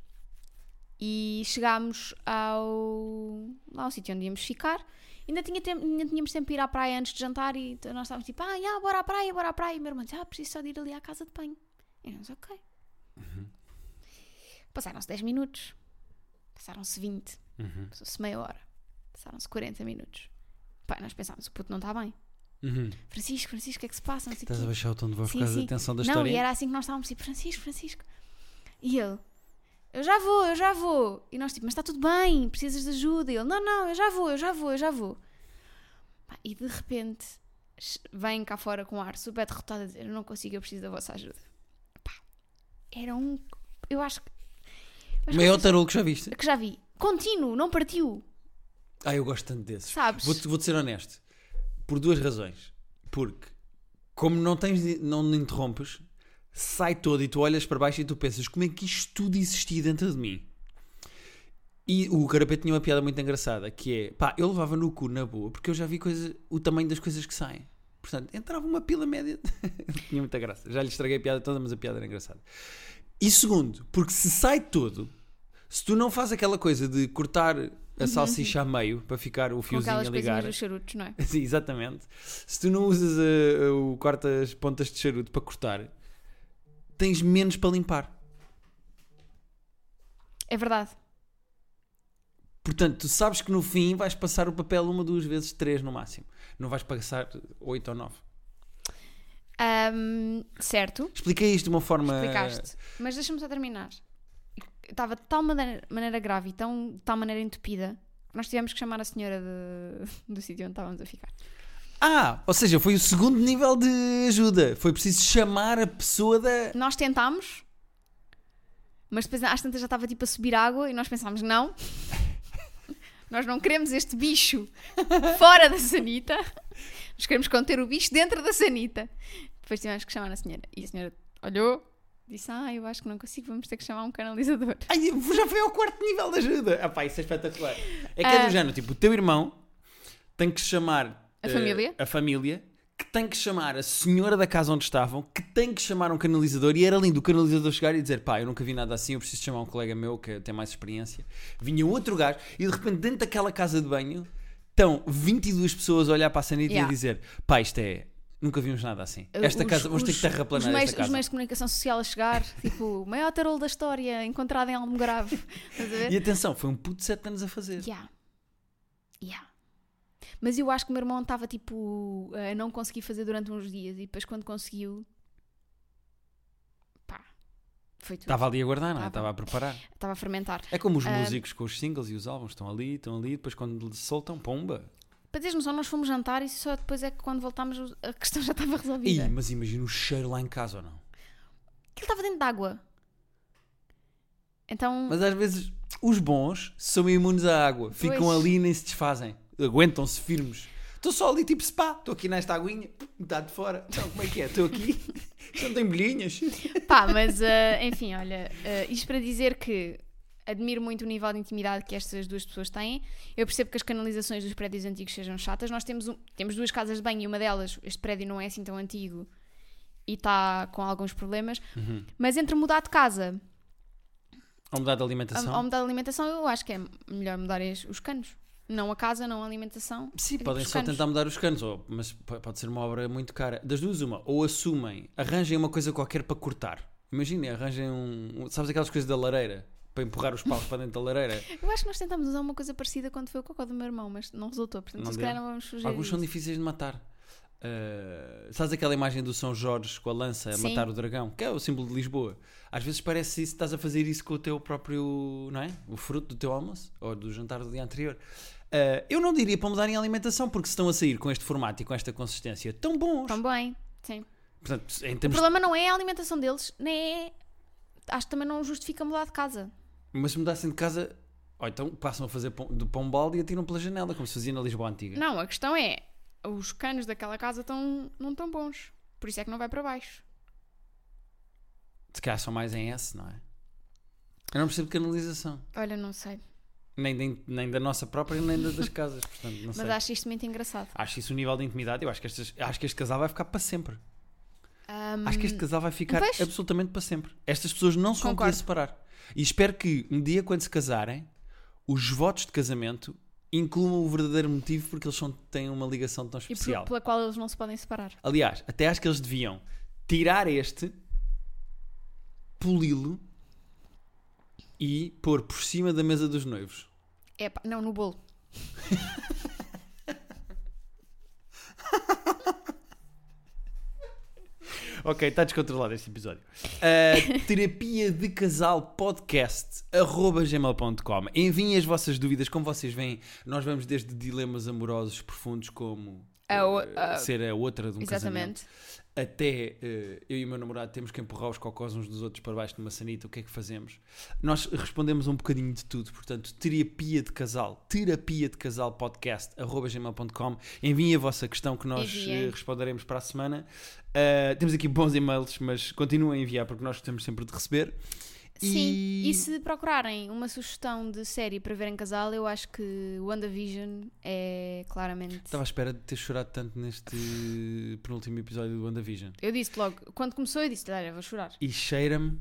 Speaker 2: E chegámos ao, lá ao sítio onde íamos ficar. Ainda, tinha tempo, ainda tínhamos tempo de ir à praia antes de jantar e t- nós estávamos tipo, ah, já, bora à praia, bora à praia. E o meu irmão disse, ah, preciso só de ir ali à casa de banho. E nós, ok. Passaram-se 10 minutos, passaram-se 20,
Speaker 1: Uhum.
Speaker 2: passou-se meia hora, passaram-se 40 minutos. Pá, nós pensámos, o puto não está bem.
Speaker 1: Uhum.
Speaker 2: Francisco, Francisco, o que é que se passa? Não sei o
Speaker 1: Estás a
Speaker 2: quê."
Speaker 1: baixar o tom de voz
Speaker 2: Sim,
Speaker 1: por causa
Speaker 2: sim.
Speaker 1: da tensão da
Speaker 2: não,
Speaker 1: história?
Speaker 2: e era assim que nós estávamos, tipo, Francisco, Francisco. E ele, eu já vou, eu já vou. E nós, tipo, mas está tudo bem, precisas de ajuda. E ele, não, não, eu já vou, eu já vou, eu já vou. Pá, E de repente ch- vem cá fora com um ar super derrotado a dizer: Eu não consigo, eu preciso da vossa ajuda. Pá, era um. Eu acho que.
Speaker 1: O
Speaker 2: mas
Speaker 1: Maior
Speaker 2: vocês-
Speaker 1: tarolo que já viste.
Speaker 2: que já vi. Contínuo, não partiu.
Speaker 1: Ah, eu gosto tanto desses.
Speaker 2: Sabes?
Speaker 1: Vou-te vou-te ser honesto. Por duas razões. Porque, como não tens, não me interrompes, sai todo e tu olhas para baixo e tu pensas como é que isto tudo existia dentro de mim. E o Carapete tinha uma piada muito engraçada que é, pá, eu levava no cu na boa porque eu já vi coisa, o tamanho das coisas que saem. Portanto, entrava uma pila média. (laughs) tinha muita graça. Já lhe estraguei a piada toda, mas a piada era engraçada. E segundo, porque se sai todo, se tu não fazes aquela coisa de cortar a salsicha a meio para ficar o
Speaker 2: Uhum. Com
Speaker 1: fiozinho a
Speaker 2: aquelas
Speaker 1: ligar.
Speaker 2: coisinhas dos charutos, não é?
Speaker 1: (laughs) Sim, exatamente. Se tu não usas eh, o cortas pontas de charuto para cortar, tens menos para limpar.
Speaker 2: É verdade.
Speaker 1: Portanto, tu sabes que no fim vais passar o papel uma, duas vezes, três no máximo. Não vais passar oito ou nove.
Speaker 2: Ahm, certo.
Speaker 1: Expliquei isto de uma forma.
Speaker 2: Explicaste. Mas deixa-me só terminar. Estava de tal maneira, maneira grave e tão, de tal maneira entupida que nós tivemos que chamar a senhora de- (laughs) do sítio onde estávamos a ficar.
Speaker 1: Ah, ou seja, foi o segundo nível de ajuda. Foi preciso chamar a pessoa da.
Speaker 2: Nós tentámos, mas depois às tantas já estava tipo a subir água e nós pensámos: não, nós não queremos este bicho fora da sanita, nós queremos conter o bicho dentro da sanita. Depois tivemos que chamar a senhora e a senhora olhou. Disse, ah, eu acho que não consigo, vamos ter que chamar um canalizador.
Speaker 1: Ai, já foi ao quarto nível de ajuda. Ah, pá, isso é espetacular. É que é
Speaker 2: Ah.
Speaker 1: do género, tipo, o teu irmão tem que chamar
Speaker 2: A
Speaker 1: eh,
Speaker 2: família?
Speaker 1: a família, que tem que chamar a senhora da casa onde estavam, que tem que chamar um canalizador. E era lindo o canalizador chegar e dizer: pá, eu nunca vi nada assim, eu preciso chamar um colega meu que tem mais experiência. Vinha outro gajo e de repente, dentro daquela casa de banho, estão 22 pessoas a olhar para a sanita e a
Speaker 2: Yeah.
Speaker 1: dizer: pá, isto é. Nunca vimos nada assim. Esta
Speaker 2: os-
Speaker 1: casa, vamos ter
Speaker 2: os-
Speaker 1: que terraplanar
Speaker 2: os meios,
Speaker 1: esta casa.
Speaker 2: Os meios de comunicação social a chegar, tipo, o maior tarolo da história, encontrado em Almograve. Estás a ver?
Speaker 1: E atenção, foi um puto de 7 anos a fazer.
Speaker 2: Yeah. Yeah. Mas eu acho que o meu irmão estava, tipo, a não conseguir fazer durante uns dias e depois quando conseguiu. pá. Foi tudo.
Speaker 1: Estava ali a guardar, não é?
Speaker 2: Tava.
Speaker 1: Estava a preparar.
Speaker 2: Estava a fermentar.
Speaker 1: É como os
Speaker 2: Ah.
Speaker 1: músicos com os singles e os álbuns estão ali, estão ali, depois quando lhes soltam, pomba.
Speaker 2: Para teres noção, nós fomos jantar e só depois é que quando voltámos a questão já estava (laughs)
Speaker 1: Ih,
Speaker 2: resolvida.
Speaker 1: mas imagina o cheiro lá em casa ou não?
Speaker 2: Aquilo estava dentro de água. Então.
Speaker 1: Mas às vezes os bons são imunes à água, ficam
Speaker 2: Pois.
Speaker 1: ali e nem se desfazem, aguentam-se firmes. Estou só ali tipo spa, estou aqui nesta aguinha, metade de fora. Então, como é que é? Estou aqui, (laughs) já não tem bolhinhas.
Speaker 2: Pá, mas eh, enfim, olha, eh, isto para dizer que admiro muito o nível de intimidade que estas duas pessoas têm. Eu percebo que as canalizações dos prédios antigos sejam chatas. Nós temos, um- temos duas casas de banho e uma delas, este prédio não é assim tão antigo e está com alguns problemas.
Speaker 1: Uhum.
Speaker 2: Mas entre mudar de casa
Speaker 1: Ou mudar de
Speaker 2: a-
Speaker 1: alimentação?
Speaker 2: ou mudar de alimentação, eu acho que é melhor mudar es- os canos. Não a casa, não a alimentação.
Speaker 1: Sim,
Speaker 2: É tipo
Speaker 1: podem
Speaker 2: os
Speaker 1: só
Speaker 2: canos.
Speaker 1: tentar mudar os canos, ou- mas p- pode ser uma obra muito cara. Das duas, uma. Ou assumem, arranjem uma coisa qualquer para cortar. Imaginem, arranjem um, um- Sabes aquelas coisas da lareira? Para empurrar os paus para dentro da
Speaker 2: (laughs)
Speaker 1: lareira?
Speaker 2: Eu acho que nós tentámos usar uma coisa parecida quando foi o cocó do meu irmão, mas não resultou. Portanto,
Speaker 1: Não
Speaker 2: se
Speaker 1: deu.
Speaker 2: calhar não vamos fugir.
Speaker 1: Alguns são
Speaker 2: disso.
Speaker 1: difíceis de matar. ah, sabes aquela imagem do São Jorge com a lança a
Speaker 2: Sim.
Speaker 1: matar o dragão? Que é o símbolo de Lisboa. Às vezes parece isso, estás a fazer isso com o teu próprio, não é? O fruto do teu almoço ou do jantar do dia anterior. Ah, eu não diria para mudarem a alimentação, porque se estão a sair com este formato e com esta consistência tão bons.
Speaker 2: Também, sim.
Speaker 1: Portanto, em
Speaker 2: O
Speaker 1: termos de-
Speaker 2: problema não é a alimentação deles, nem é. Acho que também não justifica mudar de casa.
Speaker 1: Mas se mudassem de casa, ou então passam a fazer pão, do pão balde e atiram pela janela, como se fazia na Lisboa Antiga.
Speaker 2: Não, a questão é. Os canos daquela casa tão, não estão bons. Por isso é que não vai para baixo.
Speaker 1: Se calhar são mais em S, não é? Eu não percebo canalização.
Speaker 2: Olha, não sei.
Speaker 1: Nem, nem, nem da nossa própria, nem da das casas. Portanto, não sei.
Speaker 2: Mas acho isto muito engraçado.
Speaker 1: Acho isso um nível de intimidade. Eu acho que, estas, acho que este casal vai ficar para sempre. Acho que este casal vai ficar
Speaker 2: pois.
Speaker 1: absolutamente para sempre. Estas pessoas não se vão poder
Speaker 2: Concordo.
Speaker 1: separar. E espero que um dia, quando se casarem, os votos de casamento incluam o verdadeiro motivo porque eles são- têm uma ligação tão
Speaker 2: E por-
Speaker 1: especial.
Speaker 2: pela qual eles não se podem separar.
Speaker 1: Aliás, até acho que eles deviam tirar este, poli-lo e pôr por cima da mesa dos noivos.
Speaker 2: É, pá, não, no bolo.
Speaker 1: Ok, está descontrolado este episódio. Uh, (laughs) terapia de casal podcast arroba gmail.com Enviem as vossas dúvidas, como vocês veem, nós vamos desde dilemas amorosos profundos como
Speaker 2: A o-
Speaker 1: uh,
Speaker 2: a-
Speaker 1: ser a outra de um casamento,
Speaker 2: Exatamente.
Speaker 1: até uh, eu e o meu namorado temos que empurrar os cocós uns dos outros para baixo numa sanita, o que é que fazemos? Nós respondemos um bocadinho de tudo, portanto, terapia de casal, terapia de casal podcast arroba gmail.com Enviem a vossa questão que nós
Speaker 2: Enviem.
Speaker 1: eh, responderemos para a semana. Uh, temos aqui bons e-mails, mas continuem a enviar porque nós gostamos sempre de receber.
Speaker 2: Sim,
Speaker 1: E-
Speaker 2: e se procurarem uma sugestão de série para ver em casal, eu acho que WandaVision é claramente.
Speaker 1: Estava à espera de ter chorado tanto neste penúltimo episódio do WandaVision.
Speaker 2: Eu disse logo, quando começou, eu disse: olha, vou chorar.
Speaker 1: E cheira-me,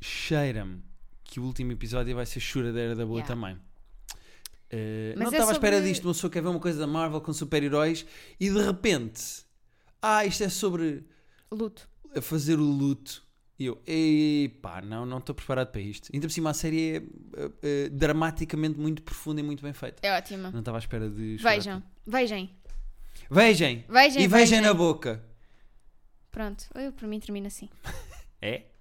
Speaker 1: cheira-me que o último episódio vai ser choradeira da boa
Speaker 2: Yeah.
Speaker 1: também. Uh,
Speaker 2: Mas
Speaker 1: não
Speaker 2: é
Speaker 1: estava à espera
Speaker 2: sobre-
Speaker 1: disto, uma pessoa quer ver uma coisa da Marvel com super-heróis e de repente, ah, isto é sobre
Speaker 2: Luto.
Speaker 1: a fazer o luto. E eu, epá, não, não estou preparado para isto. Ainda por cima, a série é eh, eh, dramaticamente muito profunda e muito bem feita.
Speaker 2: É ótima.
Speaker 1: Não estava à espera de. chorar
Speaker 2: Vejam, vejam,
Speaker 1: tanto. Vejam!
Speaker 2: vejam.
Speaker 1: E vejam na boca!
Speaker 2: Pronto, eu, para mim termina assim.
Speaker 1: É?